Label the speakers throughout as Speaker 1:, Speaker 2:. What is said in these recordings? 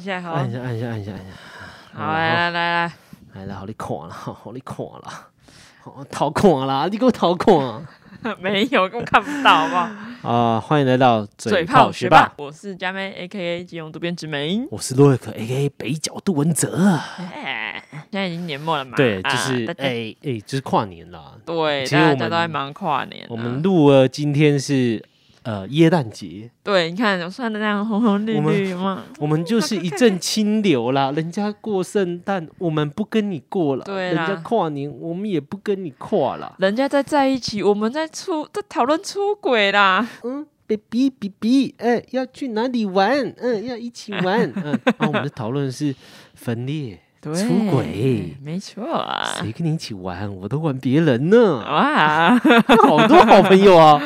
Speaker 1: 下，好，
Speaker 2: 按一下，按一下，按一下，按一下。
Speaker 1: 好，来来来来，
Speaker 2: 来了，好你看了， 好你看了，好逃看啦！你给我逃看啊！
Speaker 1: 没有，根本看不到，好不好？
Speaker 2: 啊，欢迎来到
Speaker 1: 嘴炮学霸，，我是佳妹，A K A 金融渡边直美。
Speaker 2: 我是洛瑞克 A K A 北角杜文泽。
Speaker 1: 哎现在已经年末了嘛，
Speaker 2: 啊对，
Speaker 1: 啊
Speaker 2: 就是
Speaker 1: 大家嗯
Speaker 2: 哎哎，就是跨年啦。
Speaker 1: 对，
Speaker 2: 其实我
Speaker 1: 大
Speaker 2: 们
Speaker 1: 家都在忙跨年啊。
Speaker 2: 我们录了，今天是呃耶诞节，
Speaker 1: 对，你看我算的那样红红绿
Speaker 2: 我们
Speaker 1: 绿嘛，
Speaker 2: 我们就是一阵清 流啦。人家过圣诞，我们不跟你过了；
Speaker 1: 对
Speaker 2: 人
Speaker 1: 啦
Speaker 2: 家跨年，我们也不跟你跨了。
Speaker 1: 人家在在一起，我们在出在讨论出轨啦。
Speaker 2: 嗯，baby baby，嗯，要去哪里玩？ 嗯，要一起玩。嗯，然后我们的讨论是分裂，
Speaker 1: 对，
Speaker 2: 出轨
Speaker 1: 没错啊。
Speaker 2: 谁跟你一起玩？我都玩别人呢，
Speaker 1: 哇，
Speaker 2: 好多好朋友啊。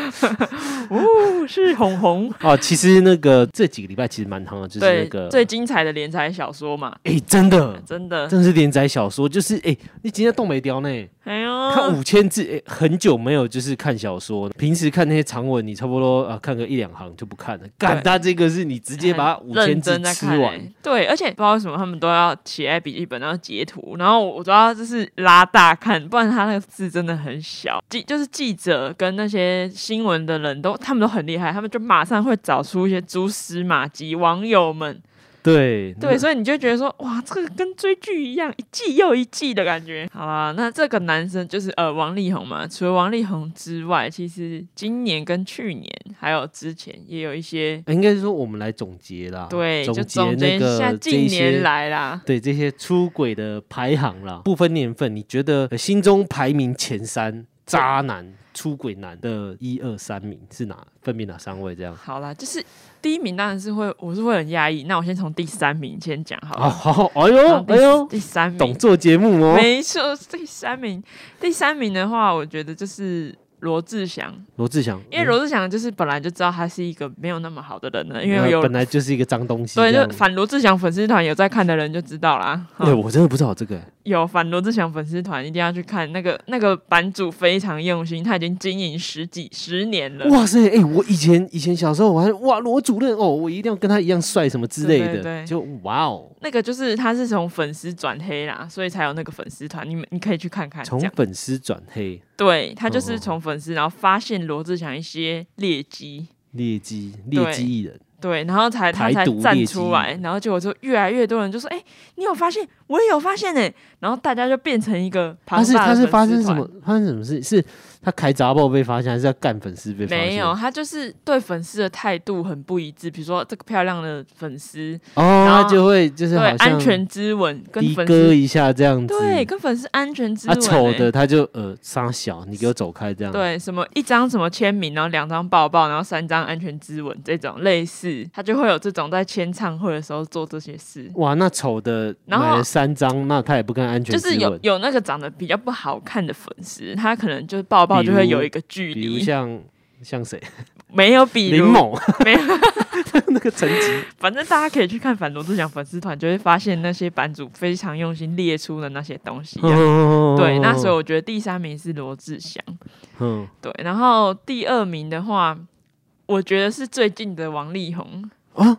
Speaker 1: 哦，是红红，
Speaker 2: 哦，其实那个这几个礼拜其实蛮长的，就是那
Speaker 1: 对
Speaker 2: 个，，
Speaker 1: 最精彩的连载小说嘛，
Speaker 2: 哎，真的。
Speaker 1: 真的，
Speaker 2: 真的是连载小说，就是哎、你今天动没雕呢？
Speaker 1: 哎
Speaker 2: 看
Speaker 1: 呦，
Speaker 2: 五千字，哎、很久没有就是看小说，平时看那些长文，你差不多啊、看个一两行就不看了。干，
Speaker 1: 对
Speaker 2: 他这个是你直接把五千
Speaker 1: 认
Speaker 2: 字
Speaker 1: 真在
Speaker 2: 吃
Speaker 1: 看、
Speaker 2: 完，
Speaker 1: 欸，对，而且不知道为什么他们都要写在笔记本，然后截图，然后我都要就是拉大看，不然他那个字真的很小。记就是记者跟那些新闻的人都，他们都很厉害，他们就马上会找出一些蛛丝马迹，网友们
Speaker 2: 对
Speaker 1: 对，所以你就觉得说，哇，这个跟追剧一样，一季又一季的感觉。好啦，那这个男生就是呃王力宏嘛。除了王力宏之外，其实今年跟去年还有之前也有一些，
Speaker 2: 应该是说我们来总结啦，
Speaker 1: 对，
Speaker 2: 啊总
Speaker 1: 就总结
Speaker 2: 那
Speaker 1: 一下
Speaker 2: 个这
Speaker 1: 近年
Speaker 2: 些
Speaker 1: 来啦。
Speaker 2: 对这些出轨的排行啦，不分年份，你觉得呃心中排名前三渣男、出轨男的一二三名是哪？分别哪三位？这样
Speaker 1: 好啦，就是第一名当然是会，我是会很压抑。那我先从第三名先讲好
Speaker 2: 好
Speaker 1: 了。
Speaker 2: 好，好哎
Speaker 1: 然
Speaker 2: 呦
Speaker 1: 后第
Speaker 2: 哎呦，
Speaker 1: 第三名
Speaker 2: 懂做节目哦。
Speaker 1: 没错，是第三名。第三名的话，我觉得就是罗志祥，
Speaker 2: 罗志祥，
Speaker 1: 因为
Speaker 2: 嗯
Speaker 1: 罗志祥就是本来就知道他是一个没有那么好的人了，因
Speaker 2: 呃
Speaker 1: 为有
Speaker 2: 本来就是一个脏东西这
Speaker 1: 对，
Speaker 2: 样，
Speaker 1: 就反罗志祥粉丝团有在看的人就知道啦。
Speaker 2: 对我真的不知道这个，哎
Speaker 1: 有反罗志祥粉丝团一定要去看，那个那个版主非常用心，他已经经营十几十年了。
Speaker 2: 哇塞，哎，我以前以前小时候我还哇罗主任哦，我一定要跟他一样帅什么之类
Speaker 1: 对对
Speaker 2: 的，
Speaker 1: 对
Speaker 2: 就哇哦，
Speaker 1: 那个就是他是从粉丝转黑啦，所以才有那个粉丝团，你们你可以去看看。啊这
Speaker 2: 从
Speaker 1: 样
Speaker 2: 粉丝转黑，
Speaker 1: 对他就
Speaker 2: 哦哦
Speaker 1: 是
Speaker 2: 哦
Speaker 1: 从粉丝，然后发现罗志祥一些劣迹，
Speaker 2: 劣迹劣迹艺人。
Speaker 1: 对，然后才他才
Speaker 2: 台独
Speaker 1: 站
Speaker 2: 劣
Speaker 1: 出
Speaker 2: 迹
Speaker 1: 来，然后结果就越来越多人就说：“哎、你有发现？我也有发现哎、然后大家就变成一个庞
Speaker 2: 他是
Speaker 1: 大的
Speaker 2: 他
Speaker 1: 粉
Speaker 2: 是
Speaker 1: 丝
Speaker 2: 发生什
Speaker 1: 团
Speaker 2: 么？发生什么事？是他开杂报被发现，还是他干粉丝被发现？
Speaker 1: 没有，他就是对粉丝的态度很不一致。比如说这个漂亮的粉丝，
Speaker 2: 哦，
Speaker 1: 然后
Speaker 2: 他就会就是
Speaker 1: 对
Speaker 2: 好像
Speaker 1: 安全之吻，跟
Speaker 2: 的
Speaker 1: 粉
Speaker 2: 哥
Speaker 1: 丝
Speaker 2: 一下这样子。
Speaker 1: 对跟粉丝安全之
Speaker 2: 他
Speaker 1: 吻、
Speaker 2: 丑
Speaker 1: 欸
Speaker 2: 的他就呃傻小，你给我走开这样。，
Speaker 1: 对，什么一张什么签名，然后两张抱抱，然后三张安全之吻这种类似，他就会有这种在签唱会的时候做这些事，
Speaker 2: 哇，那丑的
Speaker 1: 然后
Speaker 2: 买了三张，那他也不跟安全
Speaker 1: 就
Speaker 2: 之
Speaker 1: 是有
Speaker 2: 吻。
Speaker 1: 有那个长得比较不好看的粉丝，他可能就是抱抱
Speaker 2: 比
Speaker 1: 就会
Speaker 2: 如
Speaker 1: 有一个距
Speaker 2: 比如
Speaker 1: 离，
Speaker 2: 像像谁，
Speaker 1: 没有比
Speaker 2: 林
Speaker 1: 如
Speaker 2: 某
Speaker 1: 没有，
Speaker 2: 那个 层级，
Speaker 1: 反正大家可以去看反罗志祥粉丝团，就会发现那些版主非常用心列出的那些东西、
Speaker 2: 嗯
Speaker 1: 啊。对，
Speaker 2: 对
Speaker 1: 那所以我觉得第三名是罗志祥，
Speaker 2: 嗯，
Speaker 1: 对，然后第二名的话，我觉得是最近的王力宏
Speaker 2: 啊，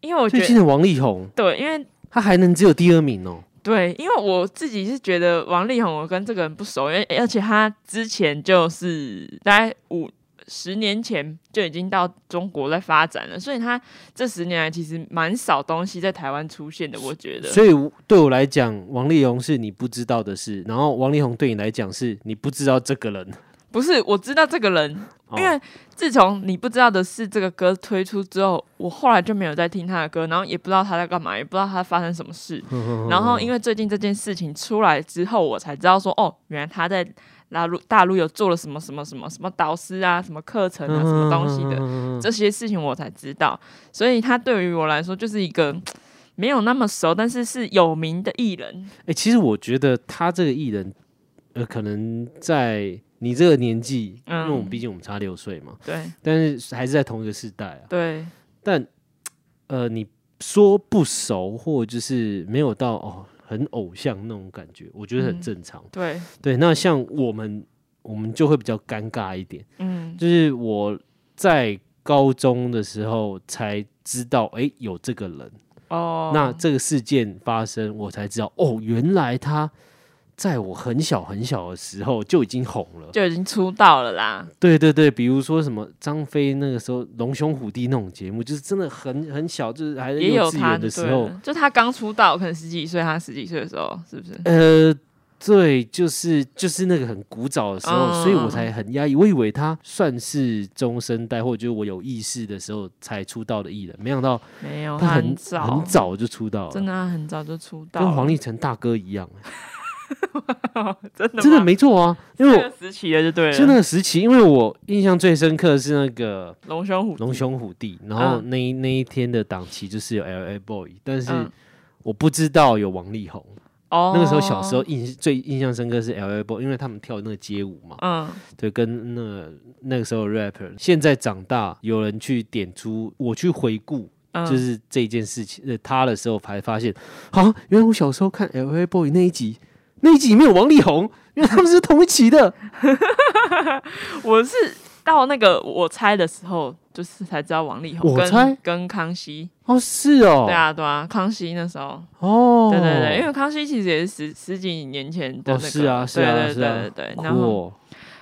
Speaker 1: 因为我
Speaker 2: 最
Speaker 1: 觉
Speaker 2: 近
Speaker 1: 得
Speaker 2: 的王力宏，
Speaker 1: 对，因为
Speaker 2: 他还能只有第二名哦。
Speaker 1: 对，因为我自己是觉得王力宏，我跟这个人不熟，因为而且他之前就是大概五十年前就已经到中国在发展了，所以他这十年来其实蛮少东西在台湾出现的，我觉得。
Speaker 2: 所以对我来讲，王力宏是你不知道的事，然后王力宏对你来讲是你不知道这个人。
Speaker 1: 不是，我知道这个人，
Speaker 2: 哦
Speaker 1: 因为自从你不知道的是这个歌推出之后，我后来就没有再听他的歌，然后也不知道他在干嘛，也不知道他发生什么 事。然后因为最近这件事情出来之后，我才知道说，哦，原来他在大陆大陆有做了什么什么什么什么导师啊，什么课程啊，什么东西的
Speaker 2: 的，
Speaker 1: 这些事情我才知道。所以他对于我来说就是一个嗯没有那么熟，但是是有名的艺人。
Speaker 2: 哎、其实我觉得他这个艺人，呃，可能在你这个年纪，因为我们
Speaker 1: 嗯
Speaker 2: 毕竟我们差六岁嘛，
Speaker 1: 对
Speaker 2: 但是还是在同一个世代啊。
Speaker 1: 对，
Speaker 2: 但呃，你说不熟或就是没有到哦很偶像那种感觉，我觉得很
Speaker 1: 嗯
Speaker 2: 正常。
Speaker 1: 对，
Speaker 2: 对，那像我们，我们就会比较尴尬一点。
Speaker 1: 嗯，
Speaker 2: 就是我在高中的时候才知道，哎、有这个人。
Speaker 1: 哦，
Speaker 2: 那这个事件发生，我才知道哦，原来他在我很小很小的时候就已经红了。
Speaker 1: 就已经出道了啦。
Speaker 2: 对对对，比如说什么张飞那个时候龙兄虎弟那种节目，就是真的很很小，就是还在
Speaker 1: 也
Speaker 2: 幼
Speaker 1: 有
Speaker 2: 稚
Speaker 1: 他
Speaker 2: 园
Speaker 1: 就
Speaker 2: 的
Speaker 1: 对
Speaker 2: 时候
Speaker 1: 了，，就他刚出道，可能十几岁，他十几岁的时候，是不是？
Speaker 2: 呃，对，就是就是那个很古早的时候，
Speaker 1: 哦
Speaker 2: 所以我才很压抑。我以为他算是中生代，或者就是我有意识的时候才出道的艺人，没想到
Speaker 1: 没有，
Speaker 2: 他
Speaker 1: 他
Speaker 2: 很
Speaker 1: 哦早，
Speaker 2: 很早就出道了，
Speaker 1: 真的，他很早就出道了，
Speaker 2: 跟黄立成大哥一样，
Speaker 1: 真的
Speaker 2: 真的
Speaker 1: 吗
Speaker 2: 没错啊。因
Speaker 1: 这
Speaker 2: 为
Speaker 1: 个时期的就对
Speaker 2: 我
Speaker 1: 了，
Speaker 2: 是那个时期，因为我印象最深刻的是那个
Speaker 1: 龙兄虎弟
Speaker 2: 龙兄虎弟，然后那一那一天的档期就是有 L A Boy，但是
Speaker 1: 嗯
Speaker 2: 我不知道有王力宏。
Speaker 1: 哦，
Speaker 2: 那个时候小时候印最印象深刻是 L A Boy，因为他们跳那个街舞嘛，
Speaker 1: 嗯，
Speaker 2: 对，跟那个那个时候的 rapper，现在长大有人去点出，我去回顾，
Speaker 1: 嗯，
Speaker 2: 就是这件事情，呃，他的时候才发现，啊，原来我小时候看 L A Boy 那一集，那一集里面有王力宏，因为他们是同一期的，
Speaker 1: 我是到那个我猜的时候，就是才知道王力宏
Speaker 2: 我猜
Speaker 1: 跟跟康熙，
Speaker 2: 哦，是哦，
Speaker 1: 对，啊对啊，康熙那时候，
Speaker 2: 哦，
Speaker 1: 对对对，因为康熙其实也是十十几年前的那
Speaker 2: 哦，
Speaker 1: 个，
Speaker 2: 是啊，是啊，
Speaker 1: 对对
Speaker 2: 是
Speaker 1: 对
Speaker 2: 啊
Speaker 1: 对，对，
Speaker 2: 酷
Speaker 1: 然后
Speaker 2: 哦，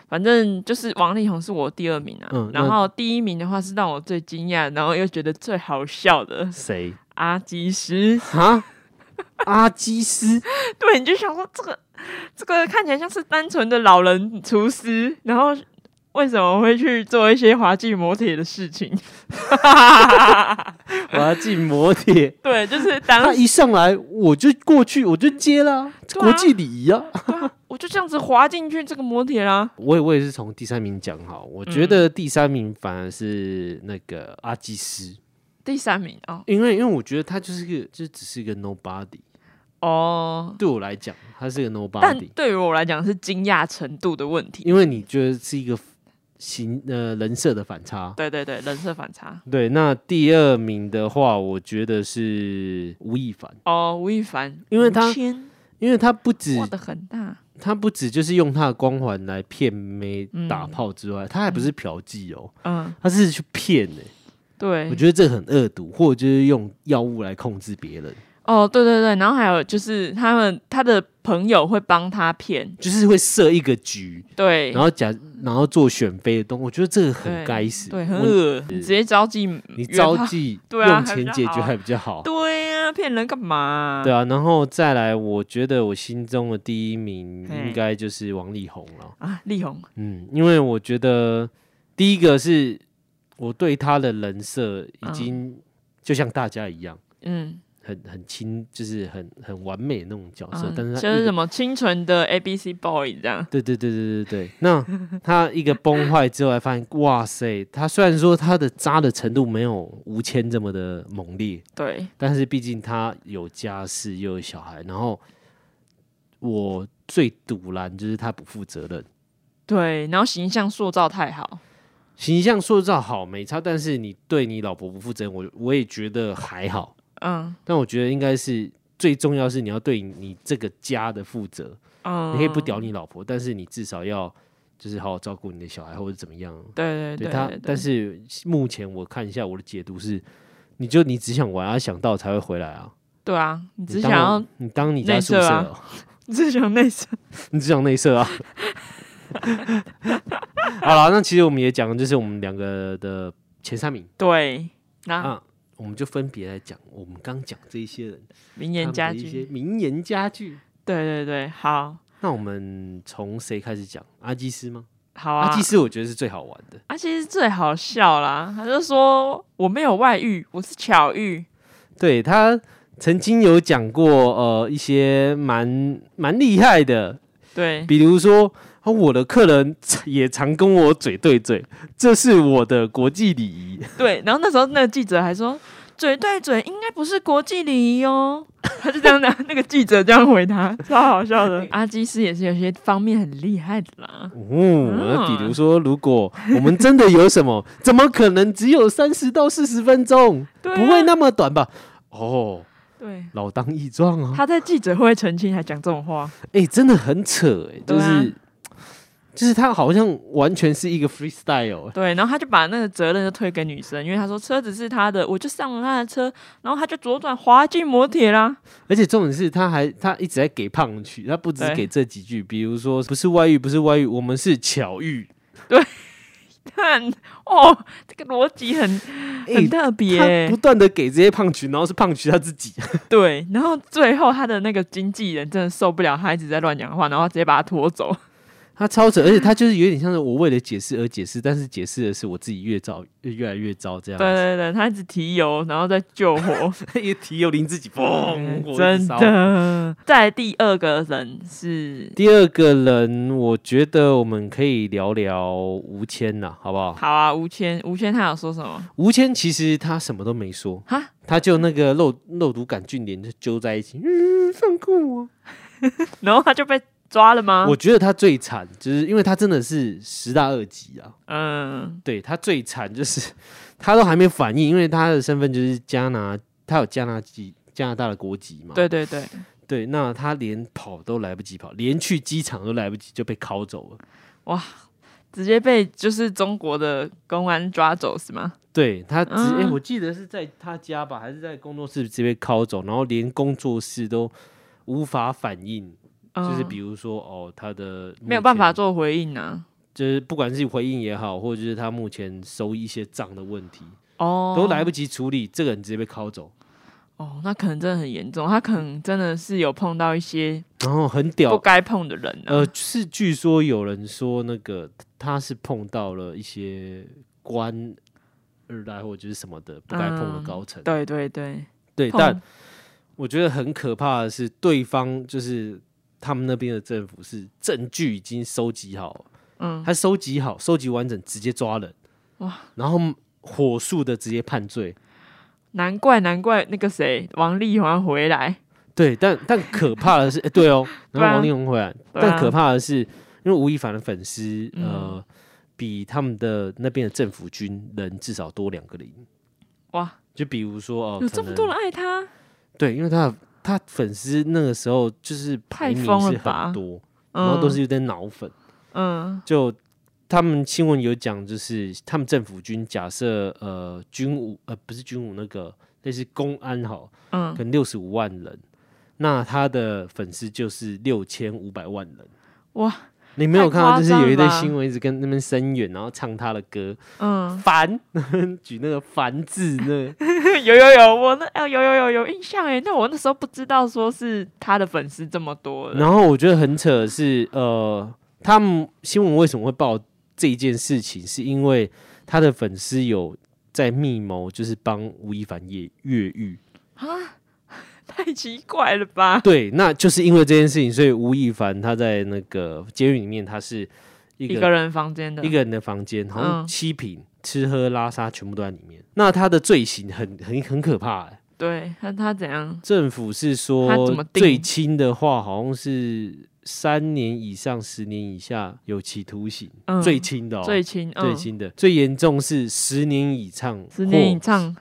Speaker 1: 反正就是王力宏是我第二名啊，
Speaker 2: 嗯那
Speaker 1: 然后第一名的话是让我最惊讶，然后又觉得最好笑的
Speaker 2: 谁
Speaker 1: 阿基师，
Speaker 2: 啊？阿基斯，
Speaker 1: 对，你就想说这个这个看起来像是单纯的老人厨师，然后为什么会去做一些滑稽磨铁的事情？
Speaker 2: 我要进摩 铁。
Speaker 1: 对，就是
Speaker 2: 他
Speaker 1: 当时
Speaker 2: 一上来我就过去，我就接啦、
Speaker 1: 啊对啊
Speaker 2: 国际礼仪啊。
Speaker 1: 我就这样子滑进去这个磨铁啦。
Speaker 2: 我也我也是从第三名讲好，我
Speaker 1: 嗯
Speaker 2: 觉得第三名反而是那个阿基斯，
Speaker 1: 第三名哦
Speaker 2: 因为因为我觉得他就是一个就只是一个 nobody，
Speaker 1: 哦，
Speaker 2: 对我来讲他是一个
Speaker 1: 但
Speaker 2: nobody，
Speaker 1: 对于我来讲是惊讶程度的问题。
Speaker 2: 因为你觉得是一个形呃人设的反差。
Speaker 1: 对对对，人设反差
Speaker 2: 对，那第二名的话，我觉得是吴亦凡，
Speaker 1: 哦，吴亦凡，
Speaker 2: 因为他
Speaker 1: 吴谦
Speaker 2: 因为他不止
Speaker 1: 画的很大，
Speaker 2: 他不止就是用他的光环来骗妹打炮之外，他还不是嫖妓哦，
Speaker 1: 嗯，
Speaker 2: 他是去骗呢、
Speaker 1: 对
Speaker 2: 我，觉得这很恶毒，或者就是用药物来控制别人，
Speaker 1: 哦，对对对，然后还有就是他们他的朋友会帮他骗，
Speaker 2: 就是会设一个局，
Speaker 1: 对，
Speaker 2: 然后假然后做选妃的动作，我觉得这个很
Speaker 1: 哎对
Speaker 2: 该死，
Speaker 1: 对，很
Speaker 2: 我
Speaker 1: 恶，你直接招进
Speaker 2: 你
Speaker 1: 约
Speaker 2: 招
Speaker 1: 炮
Speaker 2: 妓
Speaker 1: 对啊
Speaker 2: 用钱解决还比较好，
Speaker 1: 对呀、骗人干嘛？
Speaker 2: 对
Speaker 1: 啊，
Speaker 2: 啊，然后再来，我觉得我心中的第一名
Speaker 1: 嘿
Speaker 2: 应该就是王力宏了，
Speaker 1: 啊力宏，
Speaker 2: 嗯，因为我觉得第一个是我对他的人设已经就像大家一样。
Speaker 1: 嗯，
Speaker 2: 很很清，就是很很完美的那种角色，
Speaker 1: 嗯
Speaker 2: 但哦是他
Speaker 1: 就
Speaker 2: 一
Speaker 1: 是
Speaker 2: 个
Speaker 1: 什么清纯的 A B C boy 这样，
Speaker 2: 对对对对对对，那他一个崩坏之后，还发现，哇塞，他虽然说他的渣的程度没有吴谦这么的猛烈，
Speaker 1: 对，
Speaker 2: 但是毕竟他有家室又有小孩，然后我最堵拦就是他不负责任，
Speaker 1: 对，然后形象塑造太好，
Speaker 2: 形象塑造好没差，但是你对你老婆不负责任，我我也觉得还好，
Speaker 1: 嗯
Speaker 2: 但我觉得应该是最重要是你要对你这个家的负责，
Speaker 1: 嗯，
Speaker 2: 你可以不屌你老婆，但是你至少要就是好好照顾你的小孩或者怎么样。
Speaker 1: 对，对
Speaker 2: 对
Speaker 1: 对
Speaker 2: 他
Speaker 1: 对对，，
Speaker 2: 但是目前我看一下我的解读是，你就你只想玩啊，想到才会回来啊。
Speaker 1: 对啊，你只
Speaker 2: 你当
Speaker 1: 想要，
Speaker 2: 你当你家
Speaker 1: 内
Speaker 2: 宿
Speaker 1: 射
Speaker 2: 舍
Speaker 1: 啊
Speaker 2: 哦、
Speaker 1: 你只想内 射，
Speaker 2: 你只想内射啊。 好了，那其实我们也讲，就是我们两个的前三名
Speaker 1: 对，那
Speaker 2: 啊，我们就分别来讲我们刚讲这一些人
Speaker 1: 名
Speaker 2: 他
Speaker 1: 言
Speaker 2: 们
Speaker 1: 佳
Speaker 2: 的一些
Speaker 1: 句，
Speaker 2: 名言佳句。
Speaker 1: 对对对，好
Speaker 2: 那我们从谁开始讲？阿基斯吗？
Speaker 1: 好啊
Speaker 2: 阿基，斯我觉得是最好玩的。
Speaker 1: 啊，其实最好笑啦，他就说我没有外遇，我是巧遇，
Speaker 2: 对他曾经有讲过，呃，一些蛮蛮厉害的，
Speaker 1: 对，
Speaker 2: 比如说、啊我的客人也常跟我嘴对嘴，这是我的国际礼仪。
Speaker 1: 对，然后那时候那个记者还说，嘴对嘴应该不是国际礼仪哦，他就这样拿 那个记者这样回他，超好笑的。 阿基斯也是有些方面很厉害的啦，
Speaker 2: 嗯，那
Speaker 1: 哦
Speaker 2: 比如说，如果我们真的有什么， 怎么可能只有三十到四十分钟？
Speaker 1: 对、啊
Speaker 2: 不会那么短吧？哦，
Speaker 1: 对。
Speaker 2: 老当益壮啊！
Speaker 1: 他在记者会澄清，还讲这种话，
Speaker 2: 哎、真的很扯哎、就
Speaker 1: 对啊
Speaker 2: 是。就是他好像完全是一个 freestyle，
Speaker 1: 对，然后他就把那个责任就推给女生，因为他说车子是他的，我就上了他的车，然后他就左转滑进摩铁啦。
Speaker 2: 而且重点是他还他一直在给胖曲，他不只
Speaker 1: 对
Speaker 2: 给这几句，比如说不是外遇，不是外遇，我们是巧遇，
Speaker 1: 看哦，这个逻辑很很特别、欸
Speaker 2: 他不断的给这些胖曲，然后是胖曲他自己，
Speaker 1: 对，然后最后他的那个经纪人真的受不了，他一直在乱讲话，然后直接把他拖走。
Speaker 2: 他超扯，而且他就是有点像是我为了解释而解释，但是解释的是我自己越糟越来越糟这样
Speaker 1: 对
Speaker 2: 子，
Speaker 1: 对对，他一直提油，然后再救 火，
Speaker 2: 一提油淋自己，
Speaker 1: 嗯
Speaker 2: 嘣，
Speaker 1: 真。的。再来第二个人是，
Speaker 2: 第二个人，我觉得我们可以聊聊吴谦呐，好不好？
Speaker 1: 好啊，吴谦，吴谦他有说什么？
Speaker 2: 吴谦其实他什么都没说，
Speaker 1: 哈，
Speaker 2: 他就那个肉肉毒杆菌脸就揪在一起，嗯，放过我。
Speaker 1: 然后他就被抓了吗？
Speaker 2: 我觉得他最惨，就是因为他真的是十大恶极啊，
Speaker 1: 嗯，
Speaker 2: 对他最惨就是 他都还没反应，因为他的身份就是加拿，他有加拿籍加拿大的国籍嘛，
Speaker 1: 对对对，
Speaker 2: 对，那他连跑都来不及跑，连去机场都来不及就被铐走了。
Speaker 1: 直接被就是中国的公安抓走是吗？
Speaker 2: 对他直，哎、
Speaker 1: 嗯
Speaker 2: 我记得是在他家吧，还是在工作室直接被铐走，然后连工作室都无法反应，
Speaker 1: 嗯、
Speaker 2: 就是比如说哦，他的
Speaker 1: 没有办
Speaker 2: 目
Speaker 1: 法
Speaker 2: 前，
Speaker 1: 做回应啊。
Speaker 2: 就是不管是回应也好，或者是他目前收一些账的问题，
Speaker 1: 哦，
Speaker 2: 都来不及处理，这个人直接被铐走，
Speaker 1: 哦，那可能真的很严重，他可能真的是有碰到一些
Speaker 2: 然后很
Speaker 1: 不
Speaker 2: 屌。
Speaker 1: 该碰的人、啊。
Speaker 2: 呃，是据说有人说那个他是碰到了一些官二代或者是什么的不该碰的
Speaker 1: 嗯
Speaker 2: 高层，
Speaker 1: 对对对，
Speaker 2: 对，
Speaker 1: 碰
Speaker 2: 但我觉得很可怕的是，对方就是他们那边的政府是证据已经收集好了，
Speaker 1: 嗯，
Speaker 2: 他收集好，收集完整，直接抓人，
Speaker 1: 哇，
Speaker 2: 然后火速的直接判罪。
Speaker 1: 难怪难怪那个谁王力宏要回来，
Speaker 2: 对，但但可 怕的是，诶对哦，然
Speaker 1: 对
Speaker 2: 后
Speaker 1: 啊
Speaker 2: 王力宏回来，
Speaker 1: 对
Speaker 2: 但
Speaker 1: 啊
Speaker 2: 可怕的是，因为吴亦凡的粉丝，
Speaker 1: 嗯
Speaker 2: 呃，比他们的那边的政府军人至少多两个零。
Speaker 1: 哇，
Speaker 2: 就比如说哦，
Speaker 1: 有
Speaker 2: 可
Speaker 1: 这么
Speaker 2: 能
Speaker 1: 多人爱他，
Speaker 2: 对，因为他的他粉丝那个时候就是排
Speaker 1: 太
Speaker 2: 名
Speaker 1: 疯了
Speaker 2: 是很
Speaker 1: 吧
Speaker 2: 多，
Speaker 1: 嗯、
Speaker 2: 然后都是有点脑粉。
Speaker 1: 嗯
Speaker 2: 就他们新闻有讲，就是他们政府军假设呃军武呃不是军武那个类似公安好，
Speaker 1: 嗯
Speaker 2: 可能六十五万人，那他的粉丝就是六千五百万人。
Speaker 1: 哇，
Speaker 2: 你没有
Speaker 1: 太
Speaker 2: 看到，
Speaker 1: 夸
Speaker 2: 就是
Speaker 1: 张
Speaker 2: 有一
Speaker 1: 了
Speaker 2: 堆
Speaker 1: 吧
Speaker 2: 新闻一直跟那边声援，然后唱他的歌
Speaker 1: 嗯，
Speaker 2: 烦，举那个烦字 那个
Speaker 1: 有有有，我那哎有有有有印象哎，但我那时候不知道说是他的粉丝这么多了，
Speaker 2: 然后我觉得很扯的是，呃，他们新闻为什么会报这件事情，是因为他的粉丝有在密谋，就是帮吴亦凡也越狱。
Speaker 1: 太奇怪了吧？
Speaker 2: 对，那就是因为这件事情，所以吴亦凡他在那个监狱里面，他是一
Speaker 1: 一
Speaker 2: 个
Speaker 1: 个人房间的，
Speaker 2: 一个人的房间，好像
Speaker 1: 啊嗯
Speaker 2: 七品、吃喝拉撒全部都在里面。那他的罪行很很很可怕、欸，
Speaker 1: 对他他怎样？
Speaker 2: 政府是
Speaker 1: 他怎么
Speaker 2: 说
Speaker 1: 定
Speaker 2: 最轻的话好像是三年以上十年以下有期徒刑，
Speaker 1: 嗯
Speaker 2: 最轻的哦，
Speaker 1: 最亲，嗯
Speaker 2: 最轻的，最严重是十年以上，
Speaker 1: 十年以上，
Speaker 2: 或，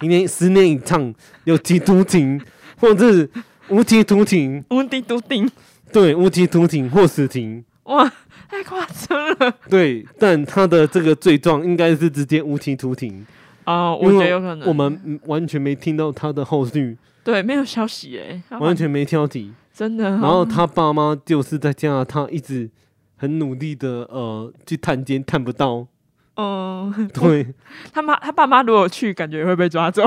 Speaker 2: 明年十年以上有期徒刑，或者是无期徒刑，
Speaker 1: 无敌笃定，
Speaker 2: 对，无期徒刑或死刑。
Speaker 1: 哇，太夸张了。
Speaker 2: 对，但他的这个罪状应该是直接无期徒刑，
Speaker 1: 哦，
Speaker 2: 啊因
Speaker 1: 我
Speaker 2: 为
Speaker 1: 觉得有可能，
Speaker 2: 我们嗯完全没听到他的后续，
Speaker 1: 对没有消息哎，他
Speaker 2: 完全没挑剔。
Speaker 1: 真的哦，
Speaker 2: 然后他爸妈就是在加拿大一直很努力的呃去探监，探不到。
Speaker 1: 嗯，
Speaker 2: 对，
Speaker 1: 他妈他爸妈如果去，感觉会被抓走。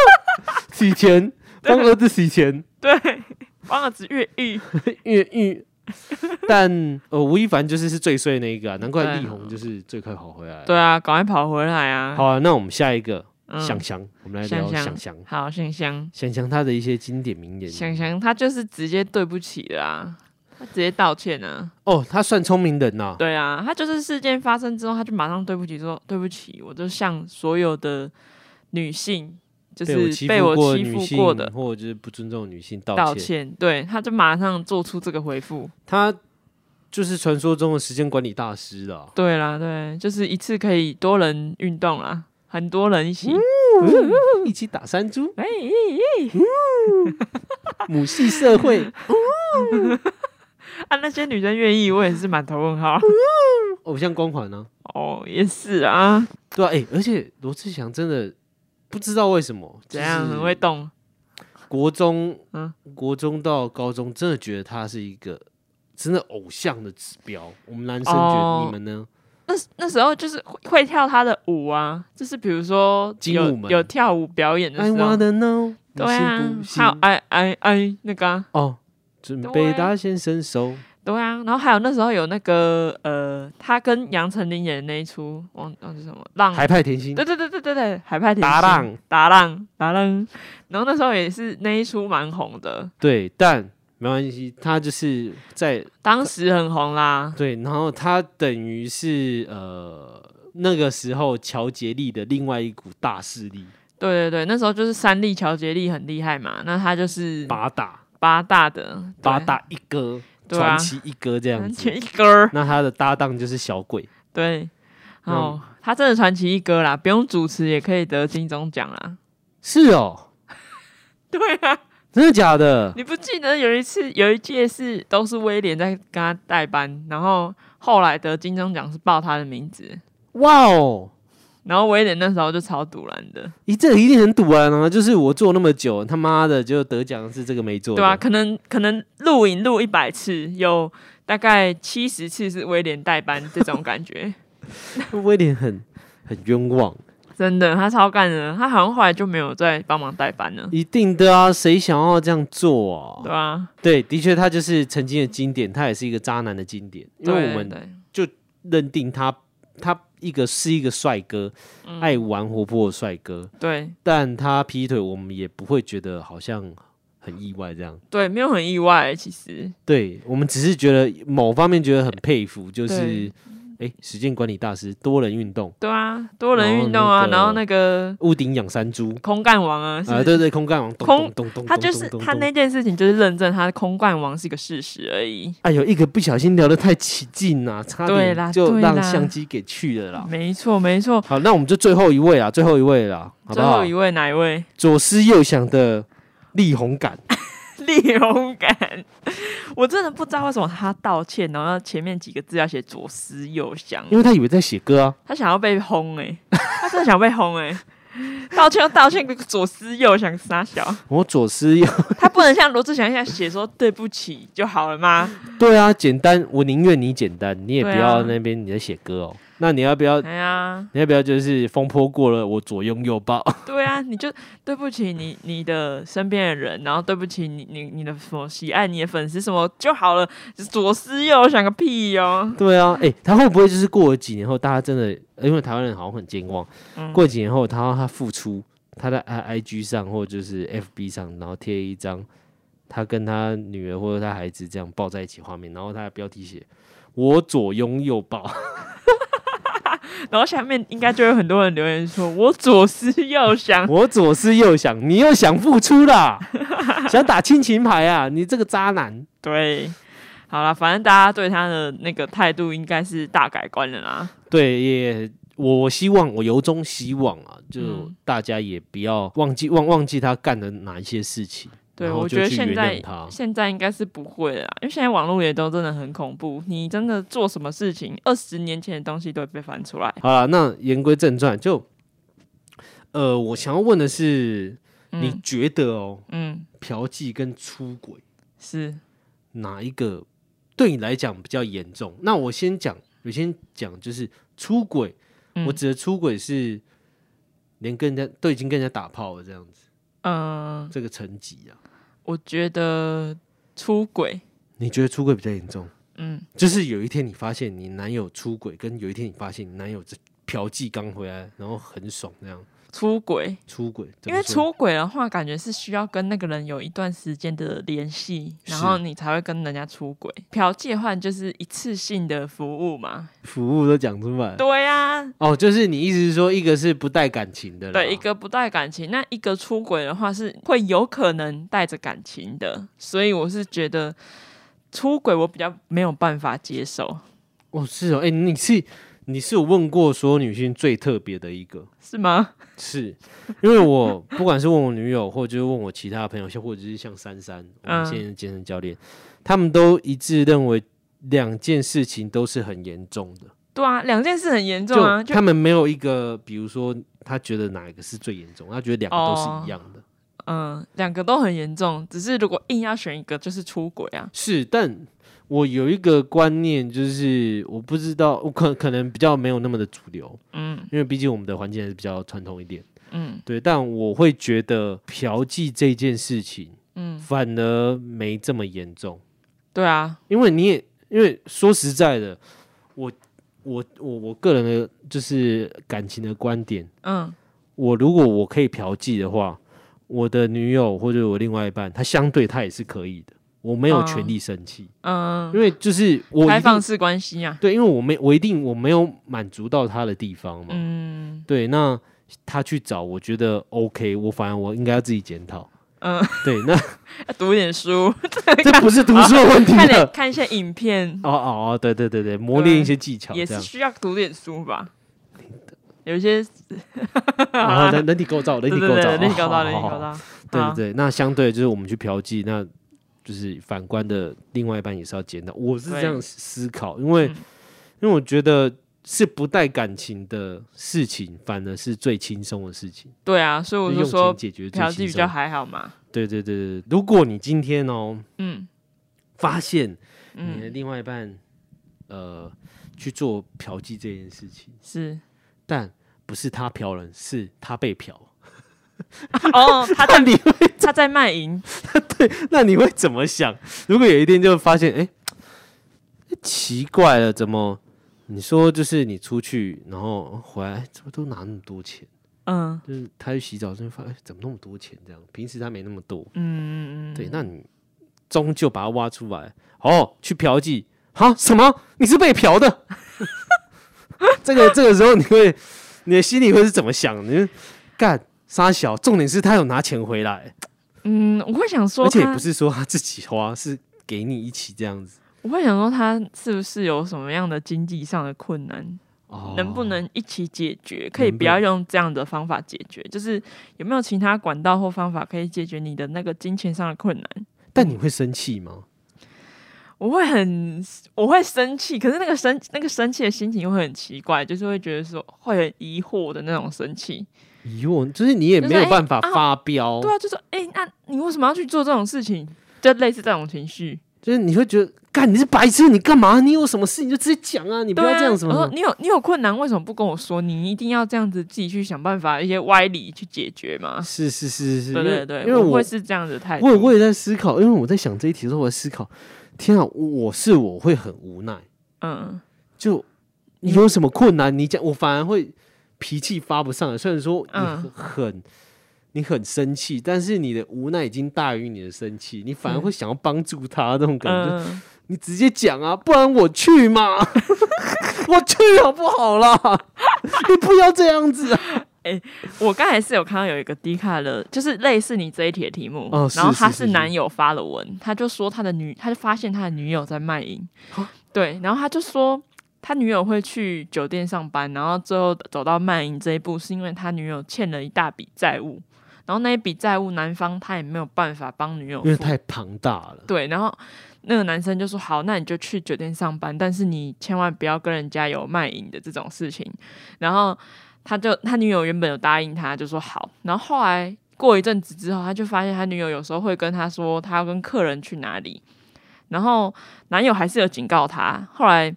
Speaker 2: 洗钱，帮儿子 洗钱，
Speaker 1: 对，帮儿子越狱，
Speaker 2: 越狱。但呃，吴亦凡就是是最衰的那一个啊，难
Speaker 1: 嗯
Speaker 2: 怪
Speaker 1: 对
Speaker 2: 力宏就是最快跑回来。
Speaker 1: 对，啊，赶快跑回来啊！
Speaker 2: 好，啊，那我们下一个
Speaker 1: 嗯
Speaker 2: 香香，我们来聊
Speaker 1: 香香
Speaker 2: 香香。
Speaker 1: 好，香香，
Speaker 2: 香香他的一些经典名言，
Speaker 1: 香香，他就是直接对不起啦、他直接道歉啊，
Speaker 2: 哦，他算聪明人呐。
Speaker 1: 对啊，他就是事件发生之后，他就马上对不起说对不起，我就向所有的女性，就
Speaker 2: 被我
Speaker 1: 是
Speaker 2: 欺
Speaker 1: 被
Speaker 2: 负
Speaker 1: 我
Speaker 2: 过的
Speaker 1: 欺
Speaker 2: 女
Speaker 1: 负
Speaker 2: 性，
Speaker 1: 过的
Speaker 2: 或者就是不尊重的女性道
Speaker 1: 道
Speaker 2: 歉。
Speaker 1: 歉，对，他就马上做出这个回复，
Speaker 2: 他就是传说中的时间管理大师啊了。
Speaker 1: 对啦，对，就是一次可以多人运动啦，很多人一
Speaker 2: 嗯
Speaker 1: 起。
Speaker 2: 一起打山 猪，
Speaker 1: 哎、
Speaker 2: 母系社会。
Speaker 1: 啊，那些女生愿意，我也是满头问 号。
Speaker 2: 偶像光环呢、
Speaker 1: 哦，也是啊，
Speaker 2: 对啊，哎、而且罗志祥真的不知道为什么，
Speaker 1: 怎样
Speaker 2: 就是啊
Speaker 1: 很会动？
Speaker 2: 国中，
Speaker 1: 嗯
Speaker 2: 国中到高中，真的觉得他是一个真的偶像的指标。我们男生觉
Speaker 1: 哦
Speaker 2: 得你们呢？
Speaker 1: 那那时候就是会会跳他的舞啊，就是比如说
Speaker 2: 精
Speaker 1: 有
Speaker 2: 舞们
Speaker 1: 有跳舞表演的
Speaker 2: I
Speaker 1: 时候，
Speaker 2: wanna know，你
Speaker 1: 对啊
Speaker 2: 信不，信
Speaker 1: 还有？哎哎哎那个、啊，
Speaker 2: 哦，准备大显身手，
Speaker 1: 对啊，然后还有那时候有那个呃，他跟杨丞琳演的那一出，忘忘记什么浪
Speaker 2: 海派甜心
Speaker 1: 对对对对对对，海派甜
Speaker 2: 达
Speaker 1: 心
Speaker 2: 浪，
Speaker 1: 达浪达浪，然后那时候也是那一出蛮红的，
Speaker 2: 对，但没关系，他就是在
Speaker 1: 当时很红啦。
Speaker 2: 对，然后他等于是呃那个时候乔杰利的另外一股大势力
Speaker 1: 对对对，那时候就是三立乔杰利很厉害嘛，那他就是
Speaker 2: 八大
Speaker 1: 八大的
Speaker 2: 八，大一哥，
Speaker 1: 对啊
Speaker 2: 传奇一哥这
Speaker 1: 对
Speaker 2: 样
Speaker 1: 传
Speaker 2: 子
Speaker 1: 奇。一哥儿，
Speaker 2: 那他的搭档就是小鬼，
Speaker 1: 对，
Speaker 2: 嗯
Speaker 1: 哦，他真的传奇一哥啦，不用主持也可以得金钟奖啦。
Speaker 2: 是哦，
Speaker 1: 对啊，
Speaker 2: 真的假的？
Speaker 1: 你不记得有一次有一届是都是威廉在跟他代班，然后后来得金钟奖是报他的名字，
Speaker 2: 哇哦！
Speaker 1: 然后威廉那时候就超堵然的。
Speaker 2: 咦，这一定很堵然啊！就是我做那么久，他妈的就得奖的是这个没做的，
Speaker 1: 对 啊，可能可能录影录一百次，有大概七十次是威廉代班这种感觉，
Speaker 2: 威廉很很冤枉，
Speaker 1: 真的，他超干的，他好像后来就没有再帮忙代班了，
Speaker 2: 一定的啊，谁想要这样做啊？
Speaker 1: 对啊，
Speaker 2: 对，的确，他就是曾经的经典，他也是一个渣男的经典，因为
Speaker 1: 对
Speaker 2: 我们
Speaker 1: 对
Speaker 2: 认定他，他一个是一个帅哥，
Speaker 1: 嗯
Speaker 2: 爱玩活泼的帅哥，
Speaker 1: 对
Speaker 2: 但他劈腿，我们也不会觉得好像很意外这样。
Speaker 1: 对，没有很意外，其实
Speaker 2: 对我们只是觉得某方面觉得很佩服，就是
Speaker 1: 对
Speaker 2: 哎，时间管理大师，多人运动，
Speaker 1: 对啊，多人运动
Speaker 2: 然后那
Speaker 1: 啊，
Speaker 2: 个
Speaker 1: 然后那个
Speaker 2: 屋顶养 山猪
Speaker 1: 空干王啊，是
Speaker 2: 啊，对对，空干王，咚
Speaker 1: 空
Speaker 2: 咚咚咚，
Speaker 1: 他就
Speaker 2: 咚
Speaker 1: 是
Speaker 2: 咚咚
Speaker 1: 他
Speaker 2: 咚
Speaker 1: 那件事情就是认证他的空干王是一个事实而已，
Speaker 2: 哎呦，一个不小心聊得太起劲啦，差
Speaker 1: 对啦
Speaker 2: 点就
Speaker 1: 对
Speaker 2: 让
Speaker 1: 啦
Speaker 2: 相机给去了啦。
Speaker 1: 没错没错，
Speaker 2: 好，那我们就最后一位啊，最后一位啦，好不
Speaker 1: 最
Speaker 2: 好
Speaker 1: 后一？位哪一位？
Speaker 2: 左思右想的力宏感，
Speaker 1: 力宏感，我真的不知道为什么他道歉，然后前面几个字要写左思右想，
Speaker 2: 因为他以为在写歌啊。
Speaker 1: 他想要被轰哎、他真的想被轰哎、道歉就道歉，左思右想傻小，
Speaker 2: 我左思右，
Speaker 1: 他不能像罗志祥一样写说对不起就好了吗？
Speaker 2: 对啊，简单，我宁愿你简单，你也不
Speaker 1: 对啊
Speaker 2: 要那边你在写歌哦。那你要不要？
Speaker 1: 哎呀，
Speaker 2: 你要不要就是风波过了，我左拥右抱？
Speaker 1: 对啊，你就对不起你你的身边的人，然后对不起你你你的什么喜爱你的粉丝什么就好了，左思右想个屁哦哟、
Speaker 2: 对啊，哎、他会不会就是过了几年后，大家真的，呃因为台湾人好像很健忘，
Speaker 1: 嗯
Speaker 2: 过了几年后，他他付出，他在 I I G 上或就是 F B 上，然后贴一张他跟他女儿或者他孩子这样抱在一起的画面，然后他的标题写“我左拥右抱，
Speaker 1: 然后下面应该就有很多人留言说，我左思右想”，
Speaker 2: 我左思右想，你又想付出啦， 想打亲情牌啊，你这个渣男。
Speaker 1: 对，好啦，反正大家对他的那个态度应该是大改观了啦。
Speaker 2: 对，也我我希望，我由衷希望啊，就
Speaker 1: 嗯
Speaker 2: 大家也不要忘记忘忘记他干的哪一些事情，
Speaker 1: 对，
Speaker 2: 然后
Speaker 1: 我
Speaker 2: 就
Speaker 1: 觉得
Speaker 2: 去
Speaker 1: 现
Speaker 2: 原
Speaker 1: 在
Speaker 2: 谅他。
Speaker 1: 现在应该是不会了啦，因为现在网络也都真的很恐怖，你真的做什么事情，二十年前的东西都会被翻出来。
Speaker 2: 好了，那言归正传，就呃，我想要问的是，你
Speaker 1: 嗯
Speaker 2: 觉得哦，
Speaker 1: 嗯，
Speaker 2: 嫖妓跟出轨
Speaker 1: 是
Speaker 2: 哪一个对你来讲比较严重？那我先讲，我先讲，就是出轨，
Speaker 1: 嗯
Speaker 2: 我指的出轨是连跟人家都已经跟人家打炮了这样子，
Speaker 1: 嗯、
Speaker 2: 这个层级啊，
Speaker 1: 我觉得出轨，
Speaker 2: 你觉得出轨比较严重？
Speaker 1: 嗯，
Speaker 2: 就是有一天你发现你男友出轨，跟有一天你发现你男友这嫖妓刚回来，然后很爽那样
Speaker 1: 出轨，
Speaker 2: 出轨，怎
Speaker 1: 因
Speaker 2: 么
Speaker 1: 为
Speaker 2: 说
Speaker 1: 出轨的话，感觉是需要跟那个人有一段时间的联系，然
Speaker 2: 是
Speaker 1: 后你才会跟人家出轨。嫖借换就是一次性的服务嘛，
Speaker 2: 服务都讲出来，
Speaker 1: 对啊呀、
Speaker 2: 哦，就是你意思是说，一个是不带感情的啦，
Speaker 1: 对，一个不带感情，那一个出轨的话是会有可能带着感情的，所以我是觉得出轨我比较没有办法接受。
Speaker 2: 哦是哦，哎、你是你是有问过所有女性最特别的一个，
Speaker 1: 是吗？
Speaker 2: 是因为我 不管是问我女友，或者就是问我其他的朋友，像或者是像珊 珊，我们
Speaker 1: 嗯
Speaker 2: 现在的健身教练，他们都一致认为两件事情都是很严重的，
Speaker 1: 对啊，两件事很严重啊，就
Speaker 2: 他们没有一个，比如说他觉得哪一个是最严重，他觉得两个哦都是一样的。
Speaker 1: 嗯，两个都很严重，只是如果硬要选一个，就是出轨啊。
Speaker 2: 是，但我有一个观念，就是我不知道，我可可能比较没有那么的主流，
Speaker 1: 嗯
Speaker 2: 因为毕竟我们的环境还是比较传统一点。
Speaker 1: 嗯
Speaker 2: 对，但我会觉得嫖妓这件事情
Speaker 1: 嗯，
Speaker 2: 反而没这么严重，
Speaker 1: 对啊，
Speaker 2: 因为你也因为说实在的，我我我我个人的就是感情的观点，
Speaker 1: 嗯
Speaker 2: 我如果我可以嫖妓的话，我的女友或者我另外一半，她相对她也是可以的，我没有权利生气，
Speaker 1: 嗯，
Speaker 2: 因为就是我一
Speaker 1: 开
Speaker 2: 定
Speaker 1: 放式关系啊。
Speaker 2: 对，因为我没我一定我没有满足到她的地方嘛，
Speaker 1: 嗯
Speaker 2: 对，那她去找，我觉得 OK，我反而我应该要自己检讨，
Speaker 1: 嗯，
Speaker 2: 对， 那
Speaker 1: 要读一点 书，
Speaker 2: 这不是读书的问题
Speaker 1: 看点
Speaker 2: 了。
Speaker 1: 看一些影片，
Speaker 2: 哦哦哦，对对对对，磨练一些技巧
Speaker 1: 也
Speaker 2: 这
Speaker 1: 是
Speaker 2: 样。
Speaker 1: 需要读点书吧。有一些，
Speaker 2: 然后人人体构造，人
Speaker 1: 对
Speaker 2: 体
Speaker 1: 对
Speaker 2: 构
Speaker 1: 对，
Speaker 2: 造，
Speaker 1: 人体构造，
Speaker 2: 哦好
Speaker 1: 人体
Speaker 2: 好好
Speaker 1: 构造，嗯
Speaker 2: 对
Speaker 1: 好
Speaker 2: 对对，那相对就是我们去嫖妓，那就是反观的另外一半也是要检讨。我是这样
Speaker 1: 对
Speaker 2: 思考，因为、
Speaker 1: 嗯
Speaker 2: 因为我觉得是不带感情的事情，反而是最轻松的事情。
Speaker 1: 对啊，所以我
Speaker 2: 就
Speaker 1: 就
Speaker 2: 用
Speaker 1: 说
Speaker 2: 钱解决最
Speaker 1: 嫖
Speaker 2: 轻
Speaker 1: 妓比
Speaker 2: 松
Speaker 1: 较还好嘛。
Speaker 2: 对对对对，对如果你今天哦
Speaker 1: 嗯
Speaker 2: 发现你的
Speaker 1: 嗯，
Speaker 2: 另外一半、呃去做嫖妓这件事情，
Speaker 1: 是
Speaker 2: 但不是他嫖人，是他被嫖，
Speaker 1: 哦，他
Speaker 2: 那
Speaker 1: 在
Speaker 2: 你
Speaker 1: 他在卖淫，
Speaker 2: 那你会怎么想？如果有一天就发现，哎、奇怪了，怎么？你说就是你出去，然后哦回来，诶怎么都拿那么多钱？
Speaker 1: 嗯
Speaker 2: 就是他去洗澡，就发现、诶怎么那么多钱？这样，平时他没那么多。
Speaker 1: 嗯嗯嗯，
Speaker 2: 对，那你终究把他挖出来，哦，去嫖妓，好什么？你是被嫖的？ 这个这个时候你会，你的心里会是怎么想？你就干傻小，重点是他有拿钱回来。
Speaker 1: 嗯，我会想说
Speaker 2: 而且也
Speaker 1: 他
Speaker 2: 不，是说他自己花，是给你一起这样子。
Speaker 1: 我会想说他是不是有什么样的经济上的困难，
Speaker 2: 哦
Speaker 1: 能不？能一起解决？可以
Speaker 2: 明
Speaker 1: 不
Speaker 2: 白
Speaker 1: 要用这样的方法解决，就是有没有其他管道或方法可以解决你的那个金钱上的困难？
Speaker 2: 但你会生气吗？
Speaker 1: 我会很，我会生气，可是那个生那个生气的心情会很奇怪，就是会觉得说会很疑惑的那种生气。
Speaker 2: 疑惑就是你也没有办法发飙，
Speaker 1: 对啊，就说哎、诶那你为什么要去做这种事情？就类似这种情绪。
Speaker 2: 就是你会觉得，干你是白痴，你干嘛？你有什么事你就直接讲啊，你不
Speaker 1: 对
Speaker 2: 要
Speaker 1: 啊，
Speaker 2: 这样什
Speaker 1: 我
Speaker 2: 么
Speaker 1: 说。你有你有困难，为什么不跟我说？你一定要这样子自己去想办法，一些歪理去解决嘛。
Speaker 2: 是是是是，
Speaker 1: 对对对，
Speaker 2: 因为因为
Speaker 1: 我
Speaker 2: 我
Speaker 1: 会是这样子的态度。
Speaker 2: 我我也在思考，因为我在想这一题的时候，我在思考，天啊，我我是我会很无奈，
Speaker 1: 嗯，
Speaker 2: 就你有什么困难，你讲，我反而会脾气发不上来。虽然说你
Speaker 1: 嗯
Speaker 2: 很、很你很生气，但是你的无奈已经大于你的生气，你反而会想要帮助他那种感觉。
Speaker 1: 嗯
Speaker 2: 你直接讲啊，不然我去嘛， 我去好不好啦？ 你不要这样子啊！
Speaker 1: 我刚才是有看到有一个低卡的，就是类似你这一题的题目，
Speaker 2: 哦是
Speaker 1: 然后他
Speaker 2: 是是
Speaker 1: 是男友发了文，他就说他的女，他就发现他的女友在卖淫
Speaker 2: 啊，
Speaker 1: 对，然后他就说他女友会去酒店上班，然后最后走到卖淫这一步，是因为他女友欠了一大笔债务，然后那一笔债务男方他也没有办法帮女友
Speaker 2: 因为
Speaker 1: 付，
Speaker 2: 太庞大了。
Speaker 1: 对，然后那个男生就说好，那你就去酒店上班，但是你千万不要跟人家有卖淫的这种事情。然后他就他女友原本有答应他，就说好，然后后来过一阵子之后，他就发现他女友有时候会跟他说他要跟客人去哪里，然后男友还是有警告他。后来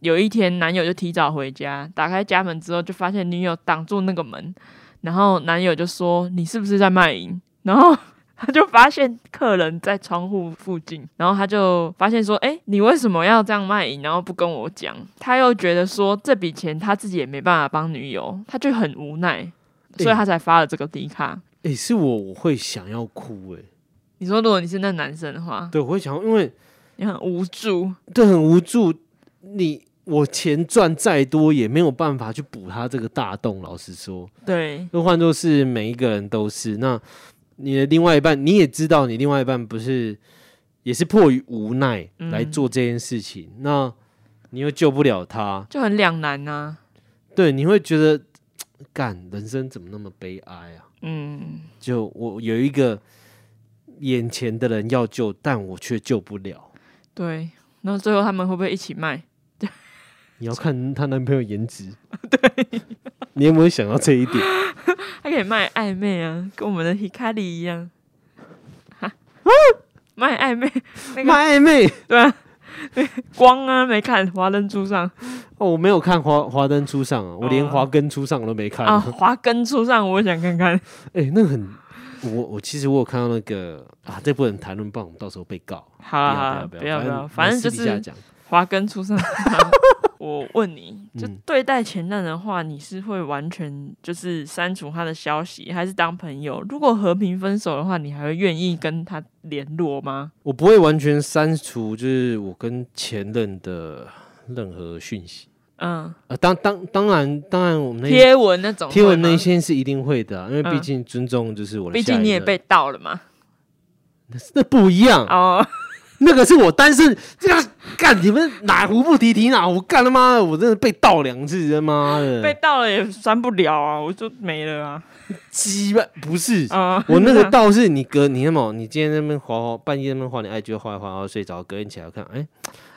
Speaker 1: 有一天，男友就提早回家，打开家门之后就发现女友挡住那个门，然后男友就说你是不是在卖淫？然后 他就发现客人在窗户附近，然后他就发现说：“哎、你为什么要这样卖淫？然后不跟我讲？”他又觉得说这笔钱他自己也没办法帮女友，他就很无奈，所以他才发了这个低卡。
Speaker 2: 诶、是我我会想要哭诶、
Speaker 1: 你说，如果你是那男生的话，
Speaker 2: 对，我会想要，因为
Speaker 1: 你很无助，
Speaker 2: 对很无助。你我钱赚再多也没有办法去补他这个大洞。老实说，
Speaker 1: 对，
Speaker 2: 那换作是每一个人都是，那你的另外一半，你也知道，你另外一半不是也是迫于无奈
Speaker 1: 嗯
Speaker 2: 来做这件事情。那你又救不了他，
Speaker 1: 就很两难啊呐、
Speaker 2: 对，你会觉得干人生怎么那么悲哀啊？
Speaker 1: 嗯，
Speaker 2: 就我有一个眼前的人要救，但我却救不了。
Speaker 1: 对。然后最后他们会不会一起卖？
Speaker 2: 你要看她男朋友颜值， 对，你有没有想到这一点？
Speaker 1: 还可以卖暧昧啊，跟我们的 Hikari 一样。哈，卖暧昧，那个
Speaker 2: 卖暧昧
Speaker 1: 对啊， 光啊没看，华灯初上
Speaker 2: 哦，我没有看华华灯初上啊，我连
Speaker 1: 哦
Speaker 2: 华根初上我都没看
Speaker 1: 啊，华灯初上，我想看看。
Speaker 2: 哎、那个很，我我其实我有看到那个啊，这不能谈论，不然我们到时候被告。
Speaker 1: 好
Speaker 2: 不
Speaker 1: 啊，
Speaker 2: 不
Speaker 1: 要不
Speaker 2: 要，
Speaker 1: 反正就
Speaker 2: 私底下
Speaker 1: 是
Speaker 2: 讲，
Speaker 1: 华根出 生。我问你，就
Speaker 2: 嗯
Speaker 1: 对待前任的话，你是会完全就是删除他的消息，还是当朋友？如果和平分手的话，你还会愿意跟他联络吗？
Speaker 2: 我不会完全删除，就是我跟前任的任何讯息。
Speaker 1: 嗯，
Speaker 2: 呃，当当当然当然，我们那些
Speaker 1: 贴文那种
Speaker 2: 贴文
Speaker 1: 会吗
Speaker 2: 那，些是一定会的啊、因为毕
Speaker 1: 嗯
Speaker 2: 竟尊重就是我的
Speaker 1: 毕
Speaker 2: 下一任。
Speaker 1: 竟你也被盗了嘛。
Speaker 2: 那不一样，
Speaker 1: 哦，
Speaker 2: 那个是我单身。这样干你们哪壶不提提哪壶，干他妈的，我真的被盗两次，他妈
Speaker 1: 被
Speaker 2: 的，
Speaker 1: 盗了也删不了啊，我就没了啊。
Speaker 2: 鸡巴不是。
Speaker 1: 啊，
Speaker 2: 我那个倒是你隔你那么，你今天在那边滑滑，半夜那边滑你 IG 滑一滑，然后睡着，隔天起来看，哎、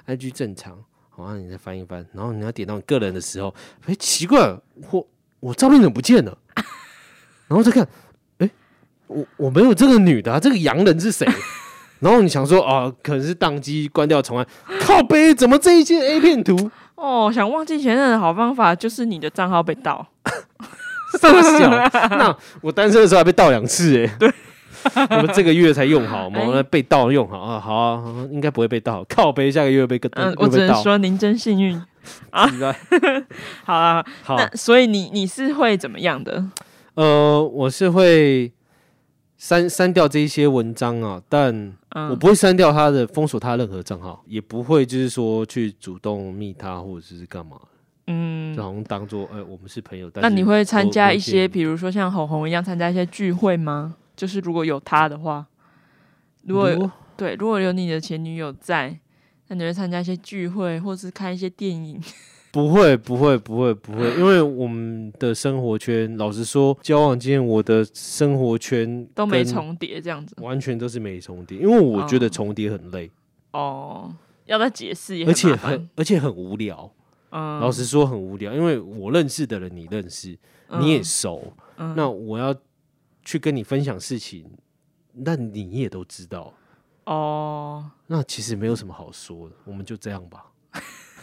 Speaker 2: i g 正常，好、啊，你再翻一翻，然后你要点到你个人的时候，哎、奇怪，我我照片怎么不见了？ 然后再看，哎、我我没有这个女的、啊，这个洋人是谁？ 然后你想说啊，可能是宕机关掉重来，靠背怎么这一些 A 片图
Speaker 1: 哦，想忘记前任的好方法就是你的账号被盗。
Speaker 2: 这么小？那我单身的时候还被盗两次哎、 对， 我们这个月才用好嘛，
Speaker 1: 哎
Speaker 2: 我们被盗用好啊，好啊，好啊应该不会被盗，靠背下个月被个
Speaker 1: 嗯，
Speaker 2: 又
Speaker 1: 我只能
Speaker 2: 被 盗，
Speaker 1: 说您真幸运。
Speaker 2: 奇 怪
Speaker 1: 好啦，
Speaker 2: 好，
Speaker 1: 那所以你你是会怎么样的？
Speaker 2: 呃，我是会删删掉这一些文章啊，但
Speaker 1: 嗯，
Speaker 2: 我不会删掉他的封锁他任何账号，也不会就是说去主动密他或者是干嘛，
Speaker 1: 嗯
Speaker 2: 就，好像当做呃我们是朋友。但
Speaker 1: 那你
Speaker 2: 是
Speaker 1: 会参
Speaker 2: 我
Speaker 1: 加
Speaker 2: 我
Speaker 1: 一
Speaker 2: 见
Speaker 1: 些，比如说像红红一样参加一些聚会吗？就是如果有他的话，如果
Speaker 2: 如果
Speaker 1: 对，如果有你的前女友在，那你会参加一些聚会，或是看一些电影？
Speaker 2: 不会，不会，不会，不会，因为我们的生活圈，老实说，交往经验，我的生活圈
Speaker 1: 都没
Speaker 2: 跟，
Speaker 1: 重叠这样子
Speaker 2: 完全都是没重叠，因为我觉得
Speaker 1: 哦
Speaker 2: 重叠很累，
Speaker 1: 哦，要再解释也
Speaker 2: 而
Speaker 1: 很
Speaker 2: 且
Speaker 1: 麻烦
Speaker 2: 很而且很无聊。
Speaker 1: 嗯，
Speaker 2: 老实说，很无聊，因为我认识的人你认识，
Speaker 1: 嗯
Speaker 2: 你也熟，
Speaker 1: 嗯
Speaker 2: 那我要去跟你分享事情，那你也都知道，
Speaker 1: 哦，
Speaker 2: 那其实没有什么好说的，我们就这 样吧。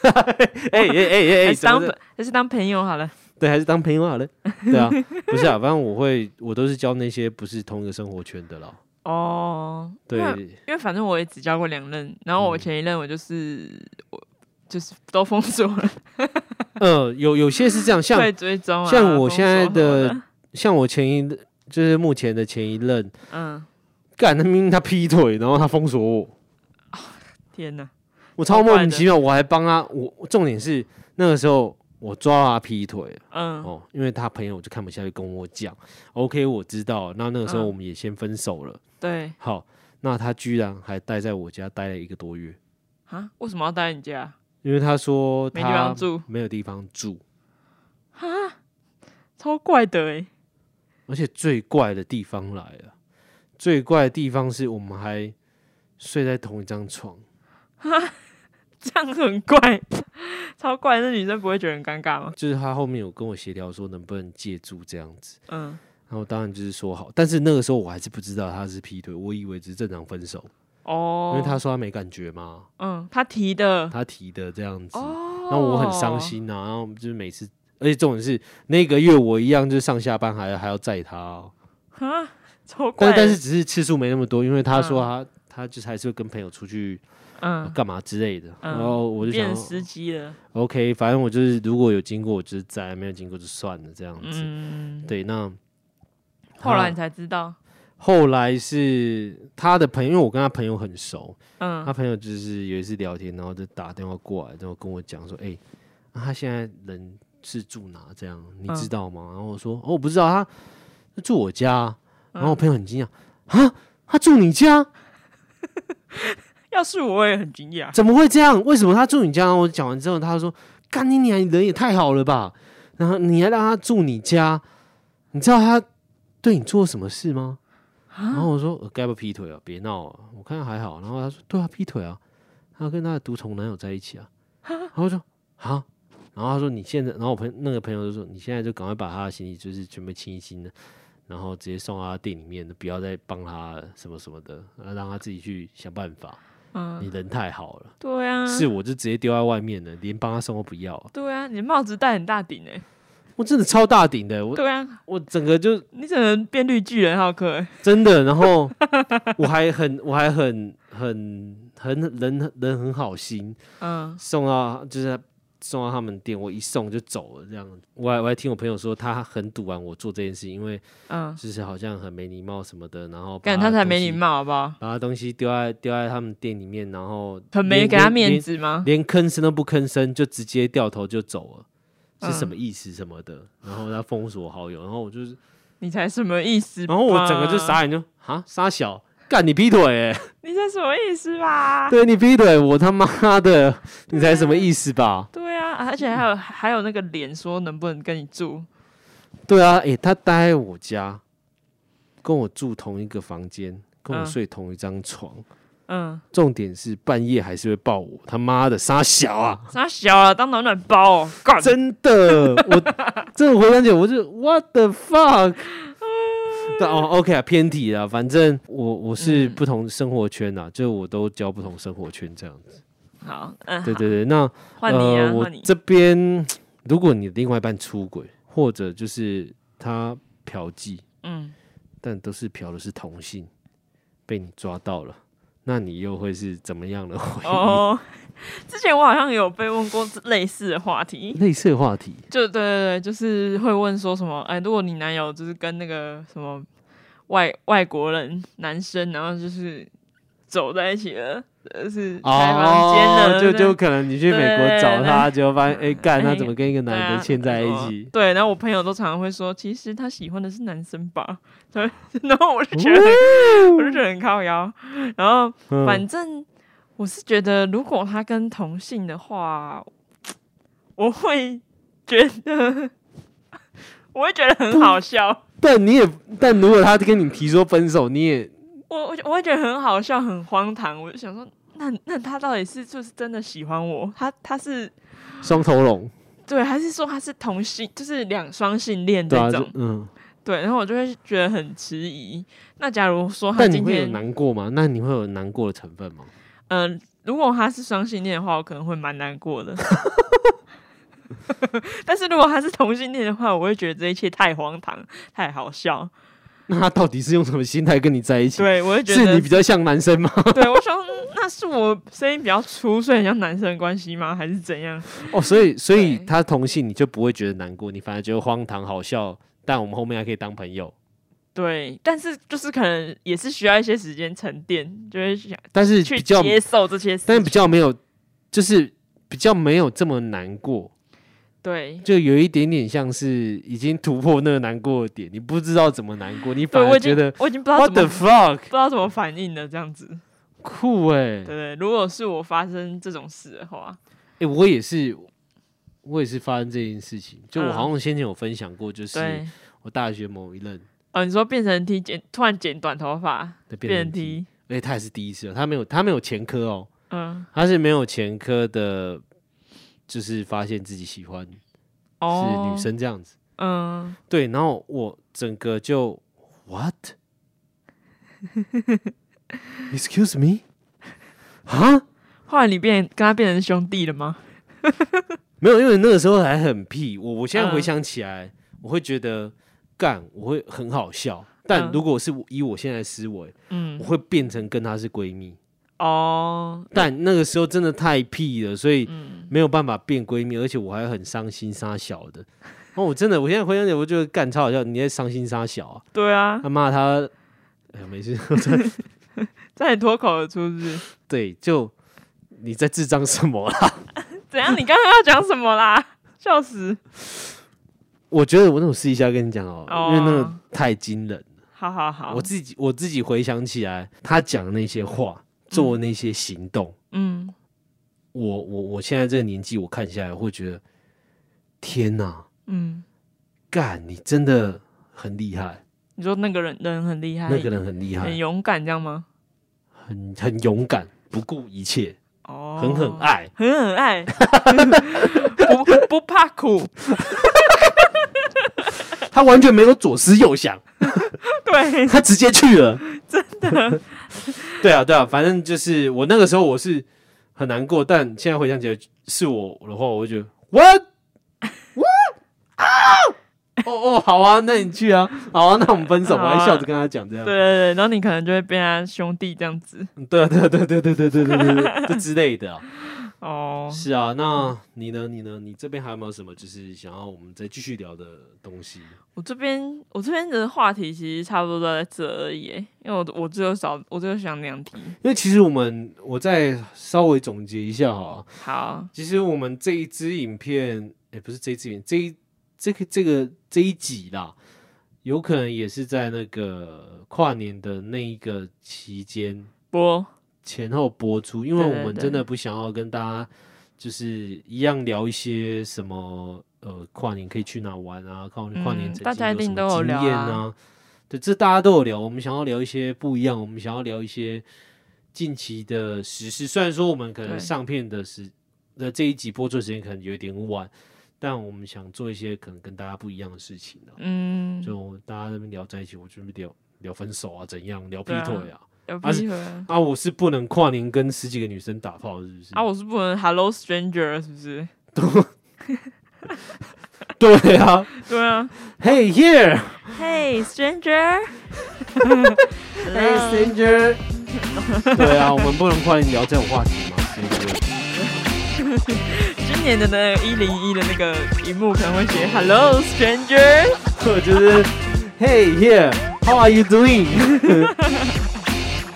Speaker 2: 哎哎哎哎，
Speaker 1: 还是当
Speaker 2: 什么的
Speaker 1: 朋还是当朋友好了。
Speaker 2: 对，还是当朋友好了。对啊，不是啊，反正我会，我都是交那些不是同一个生活圈的啦。
Speaker 1: 哦，
Speaker 2: 对
Speaker 1: 因，为因为反正我也只交过两任，然后我
Speaker 2: 嗯
Speaker 1: 前一任我就是、我就是都封锁了，
Speaker 2: 呃，有有些是这样， 像
Speaker 1: 会追踪啊。
Speaker 2: 像我
Speaker 1: 封锁
Speaker 2: 现在
Speaker 1: 什么的，
Speaker 2: 像我前一就是目前的前一任，
Speaker 1: 嗯，
Speaker 2: 干他明明他劈腿，然后他封锁我，
Speaker 1: 天哪，
Speaker 2: 我超莫名其妙，我还帮他，我我重点是那个时候我抓到他劈腿了
Speaker 1: 嗯
Speaker 2: 哦，因为他朋友就看不下去跟我讲，OK，我知道，那那个时候
Speaker 1: 嗯
Speaker 2: 我们也先分手了，
Speaker 1: 对
Speaker 2: 好，那他居然还待在我家待了一个多月。
Speaker 1: 啊，为什么要待在你家？
Speaker 2: 因为他说
Speaker 1: 没地方
Speaker 2: 他
Speaker 1: 住
Speaker 2: 没有地方住，
Speaker 1: 超怪的哎、
Speaker 2: 而且最怪的地方来了，最怪的地方是我们还睡在同一张床，
Speaker 1: 这样很怪，超怪。那女生不会觉得很尴尬吗？
Speaker 2: 就是他后面有跟我协调说能不能借住这样子，
Speaker 1: 嗯，
Speaker 2: 然后当然就是说好，但是那个时候我还是不知道他是劈腿，我以为只是正常分手，
Speaker 1: 哦，
Speaker 2: 因为他说他没感觉嘛，
Speaker 1: 嗯，他提的，
Speaker 2: 他提的这样子，
Speaker 1: 哦，
Speaker 2: 然后我很伤，心啊，然后就是每次，而且重点是那个月我一样就是上下班还还要载他、哦。
Speaker 1: 哈，哦超怪
Speaker 2: 但
Speaker 1: 的，
Speaker 2: 但是只是次数没那么多，因为他
Speaker 1: 嗯
Speaker 2: 说他、他就是还是会跟朋友出去
Speaker 1: 嗯，
Speaker 2: 干嘛之类的，
Speaker 1: 嗯
Speaker 2: 然后我就想
Speaker 1: 变司机了，
Speaker 2: OK，反正我就是如果有经过我就是在，没有经过就算了这样子。
Speaker 1: 嗯，
Speaker 2: 对，那
Speaker 1: 后来你才知道，
Speaker 2: 后来是他的朋友，因为我跟他朋友很熟，
Speaker 1: 嗯
Speaker 2: 他朋友就是有一次聊天，然后就打电话过来，然后跟我讲说，哎、啊他现在人是住哪这样，你
Speaker 1: 嗯
Speaker 2: 知道吗？然后我说，哦，我不知道，他他住我
Speaker 1: 嗯
Speaker 2: 家啊、然后我朋友很惊讶，啊，他住你家？
Speaker 1: 要是我也很惊 讶。
Speaker 2: 怎么会这样？为什么他住你家？然后我讲完之后，他说：“干你娘，你人也太好了吧！”然后你还让他住你家，你知道他对你做什么事吗？然后我说：“呃该不会劈腿啊？别闹啊！我看还好。”然后他说：“对啊，劈腿啊，他跟他的毒虫男友在一起啊。”然后我说：“啊。”然后他说：“你现在……”然后我朋那个朋友就说：“你现在就赶快把他的行李就是全部清一清的，然后直接送到他店里面，不要再帮他什么什么的，呃让他自己去想办法。
Speaker 1: 嗯，
Speaker 2: 你人太好了。”
Speaker 1: 对啊，
Speaker 2: 是，我就直接丢在外面了，连帮他送都不要。
Speaker 1: 对啊，你的帽子戴很大顶哎、
Speaker 2: 我真的超大顶的，我
Speaker 1: 对啊，
Speaker 2: 我整个就
Speaker 1: 你整个变绿巨人浩克、欸，
Speaker 2: 真的，然后我还很我还很很很人人很好心，
Speaker 1: 嗯，
Speaker 2: 送到就是送到他们店，我一送就走了这样。我还我还听我朋友说，他很堵完我做这件事，因为
Speaker 1: 嗯，
Speaker 2: 就是好像很没礼貌什么的，然后把
Speaker 1: 干他
Speaker 2: 的
Speaker 1: 才
Speaker 2: 啊东
Speaker 1: 没
Speaker 2: 西
Speaker 1: 礼，貌好不好？
Speaker 2: 把他东西丢在丢在他们店里面，然后
Speaker 1: 很没
Speaker 2: 连
Speaker 1: 给他
Speaker 2: 连
Speaker 1: 面
Speaker 2: 连
Speaker 1: 子吗？
Speaker 2: 连吭声都不吭声，就直接掉头就走了，
Speaker 1: 嗯
Speaker 2: 是什么意思什么的？然后他封锁好友，然后我就是，
Speaker 1: 你才什么意思？
Speaker 2: 然后我整个就，傻眼就，啊傻小，干你劈腿、欸，
Speaker 1: 你才什么意思吧？
Speaker 2: 对你劈腿，我他妈的，你才什么意思吧？
Speaker 1: 对啊，而且还有还有那个脸说能不能跟你住？
Speaker 2: 对啊，诶、他待在我家，跟我住同一个房间，跟我
Speaker 1: 嗯
Speaker 2: 睡同一张床，
Speaker 1: 嗯，
Speaker 2: 重点是半夜还是会抱我，他妈的傻小啊！
Speaker 1: 傻小啊，当暖暖包哦，干
Speaker 2: 真的，我真的回想起来，我 就 What the fuck？但哦，OK 啊，偏题啊，反正我我是
Speaker 1: 嗯
Speaker 2: 不同生活圈啊，就我都交不同生活圈这样子。
Speaker 1: 好，嗯，
Speaker 2: 对
Speaker 1: 好
Speaker 2: 对对，那
Speaker 1: 啊换你啊，
Speaker 2: 呃，我
Speaker 1: 换你，
Speaker 2: 这边如果你的另外一半出轨，或者就是他嫖妓，
Speaker 1: 嗯，
Speaker 2: 但都是嫖的是同性，被你抓到了，那你又会是怎么样的回忆？
Speaker 1: 哦，之前我好像有被问过类似的话题，
Speaker 2: 类似的话题，
Speaker 1: 就对对对，就是会问说什么，哎，如果你男友就是跟那个什么外外国人男生，然后就是走在一起了，就是开房间了，
Speaker 2: 哦就
Speaker 1: 对
Speaker 2: 就可能你去美国找他，结果发现哎，干、他
Speaker 1: 哎
Speaker 2: 怎么跟一个
Speaker 1: 对
Speaker 2: 男
Speaker 1: 啊
Speaker 2: 的牵在一
Speaker 1: 什
Speaker 2: 起
Speaker 1: 么？对，然后我朋友都常常会说，其实他喜欢的是男生吧，对， 然后我就觉得很，我就觉得很靠腰，然后
Speaker 2: 嗯
Speaker 1: 反正我是觉得，如果他跟同性的话，我会觉得， 我会觉得很好笑，
Speaker 2: 但你也，但如果他跟你提说分手，你也
Speaker 1: 我我我会觉得很好笑，很荒唐。我就想说，那那他到底是就是真的喜欢我？他他是
Speaker 2: 双头龙，
Speaker 1: 对，还是说他是同性，就是两双性恋
Speaker 2: 对
Speaker 1: 这
Speaker 2: 啊，
Speaker 1: 种
Speaker 2: 就？嗯。
Speaker 1: 对，然后我就会觉得很迟疑。那假如说他
Speaker 2: 但你
Speaker 1: 今
Speaker 2: 会有
Speaker 1: 天，
Speaker 2: 难过吗？那你会有难过的成分吗？
Speaker 1: 嗯、如果他是双性恋的话，我可能会蛮难过的。 但是如果他是同性恋的话，我会觉得这一切太荒唐、太好笑。
Speaker 2: 那他到底是用什么心态跟你在一起？
Speaker 1: 对，我会觉
Speaker 2: 是
Speaker 1: 得
Speaker 2: 你比，较像男 生吗？
Speaker 1: 对我想，嗯那是我声音比较粗，所以很像男生的关系吗？还是怎样？
Speaker 2: 哦，所以所以
Speaker 1: 对
Speaker 2: 他同性你就不会觉得难过，你反而觉得荒唐好笑。但我们后面还可以当朋友。
Speaker 1: 对，但是就是可能也是需要一些时间沉淀，就会想
Speaker 2: 但是
Speaker 1: 去
Speaker 2: 比较，
Speaker 1: 接受这些事
Speaker 2: 但
Speaker 1: 情。
Speaker 2: 比较没有，就是比较没有这么难过。
Speaker 1: 对，
Speaker 2: 就有一点点像是已经突破那个难过的点，你不知道怎么难过，你
Speaker 1: 对
Speaker 2: 反
Speaker 1: 我
Speaker 2: 而
Speaker 1: 已经
Speaker 2: 觉得
Speaker 1: 我已经不知道
Speaker 2: What
Speaker 1: 怎么
Speaker 2: the fuck，
Speaker 1: 不知道怎么反应的这样子。
Speaker 2: 酷哎、欸！
Speaker 1: 对对，如果是我发生这种事的话，
Speaker 2: 欸我也是，我也是发生这件事情，就我
Speaker 1: 嗯
Speaker 2: 好像先前有分享过，就是
Speaker 1: 对，
Speaker 2: 我大学某一任
Speaker 1: 哦，你说变成 T 剪，突然剪短头发，
Speaker 2: 的变
Speaker 1: 变成
Speaker 2: 成 T，
Speaker 1: T，
Speaker 2: 而且他也是第一次哦，他没有他没有前科哦，
Speaker 1: 嗯，
Speaker 2: 他是没有前科的，就是发现自己喜欢
Speaker 1: 哦，
Speaker 2: 是女，生这样子，
Speaker 1: 嗯，
Speaker 2: 对，然后我整个就 What？Excuse me？啊？
Speaker 1: 后来你变跟他变成兄弟了吗？
Speaker 2: 没有，因为那个时候还很屁。我我现在
Speaker 1: 嗯
Speaker 2: 回想起来，我会觉得干，我会很好笑。但
Speaker 1: 嗯
Speaker 2: 如果是我以我现在的思维，
Speaker 1: 嗯
Speaker 2: 我，会变成跟她是闺蜜。
Speaker 1: 哦，
Speaker 2: 但那个时候真的太屁了，所以
Speaker 1: 嗯，
Speaker 2: 没有办法变闺蜜，而且我还很伤心杀小的。然后我真的，我现在回想起来，我觉得干超好笑。你在伤心杀小啊？
Speaker 1: 对啊，
Speaker 2: 他骂他，哎呀，没事。
Speaker 1: 这很脱口而出是不是？
Speaker 2: 对，就你在智障什么啦？
Speaker 1: 怎样？你刚刚要讲什么啦？笑死！
Speaker 2: 我觉得我那我私底下跟你讲哦，
Speaker 1: 哦
Speaker 2: 因为那个太惊人了。
Speaker 1: 好好好
Speaker 2: 我，自己我自己回想起来，他讲那些话，做那些行动，
Speaker 1: 嗯，
Speaker 2: 我我我现在这个年纪，我看下来会觉得，天哪，
Speaker 1: 嗯，
Speaker 2: 干你真的很厉害，
Speaker 1: 你说那个人人很厉害，
Speaker 2: 那个人很厉
Speaker 1: 哎很
Speaker 2: 害，
Speaker 1: 勇敢，这样吗？
Speaker 2: 很很勇敢，不顾一切，
Speaker 1: 哦，
Speaker 2: 狠狠，爱。
Speaker 1: 狠狠爱，不不怕苦，
Speaker 2: 他完全没有左思右想，
Speaker 1: 对，
Speaker 2: 他直接去了，真的。对啊，对啊，反正就是我那个时候我是很难过，但现在回想起来是我的话，我会觉得 what what 啊，哦哦，好啊，那你去啊，好啊，那我们分手，我
Speaker 1: 好啊
Speaker 2: 还笑着跟他讲这样
Speaker 1: 对对，对，然后你可能就会变他兄弟这样子，
Speaker 2: 对啊，对啊，对啊对啊对啊对啊对啊对啊对啊这之类的啊，
Speaker 1: 哦，
Speaker 2: 是啊，那你呢？你呢？你这边还有没有什么就是想要我们再继续聊的东西？
Speaker 1: 我这边我这边的话题其实差不多都在这而已耶，因为我我只有少我只有想两题。
Speaker 2: 因为其实我们我再稍微总结一下哈，
Speaker 1: 好，
Speaker 2: 其实我们这一支影片，也不是这一支影片，这一这个这个这一集啦，有可能也是在那个跨年的那一个期间
Speaker 1: 播
Speaker 2: 前后播出，因为
Speaker 1: 对
Speaker 2: 我
Speaker 1: 对
Speaker 2: 们
Speaker 1: 对
Speaker 2: 真的不想要跟大家就是一样聊一些什么呃跨年可以去哪玩啊，跨年跨年
Speaker 1: 嗯
Speaker 2: 曾
Speaker 1: 大家一
Speaker 2: 经
Speaker 1: 定
Speaker 2: 有
Speaker 1: 都
Speaker 2: 什
Speaker 1: 有
Speaker 2: 么
Speaker 1: 聊
Speaker 2: 经验
Speaker 1: 啊
Speaker 2: 啊，对，这大家都有聊。我们想要聊一些不一样，我们想要聊一些近期的时事。虽然说我们可能
Speaker 1: 对
Speaker 2: 上片的时的这一集播出的时间可能有点晚，但我们想做一些可能跟大家不一样的事情啊。
Speaker 1: 嗯，
Speaker 2: 就大家在那边聊在一起，我准备聊聊分手啊，怎样聊劈
Speaker 1: 对啊
Speaker 2: 腿啊。
Speaker 1: 有
Speaker 2: 啊是
Speaker 1: 机会啊！
Speaker 2: 啊，我是不能跨年跟十几个女生打炮，是不是？
Speaker 1: 啊，我是不能 Hello Stranger 是不 是？
Speaker 2: 对啊
Speaker 1: 对啊
Speaker 2: ，Hey here,
Speaker 1: ，Hey Stranger，
Speaker 2: Hey stranger。对啊，我们不能跨年聊这种话题嘛，所以就
Speaker 1: 今年的那个一零一的那个荧幕可能会写 Hello Stranger，
Speaker 2: 我就是 Hey here, how are you doing？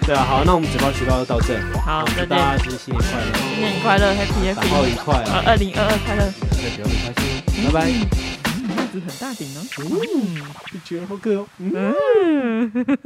Speaker 2: 对啊，好，那我们嘴炮学到就到这，
Speaker 1: 好
Speaker 2: 祝
Speaker 1: 再见
Speaker 2: 大家就是新年快乐，
Speaker 1: 新年快乐，Happy
Speaker 2: 打炮
Speaker 1: Happy，
Speaker 2: 愉快
Speaker 1: 呃
Speaker 2: 啊，，
Speaker 1: 二零二二快乐，
Speaker 2: 对，不要太开心，拜拜。
Speaker 1: 帽子很大顶哦。
Speaker 2: 嗯，觉得好可哦，嗯。
Speaker 1: 嗯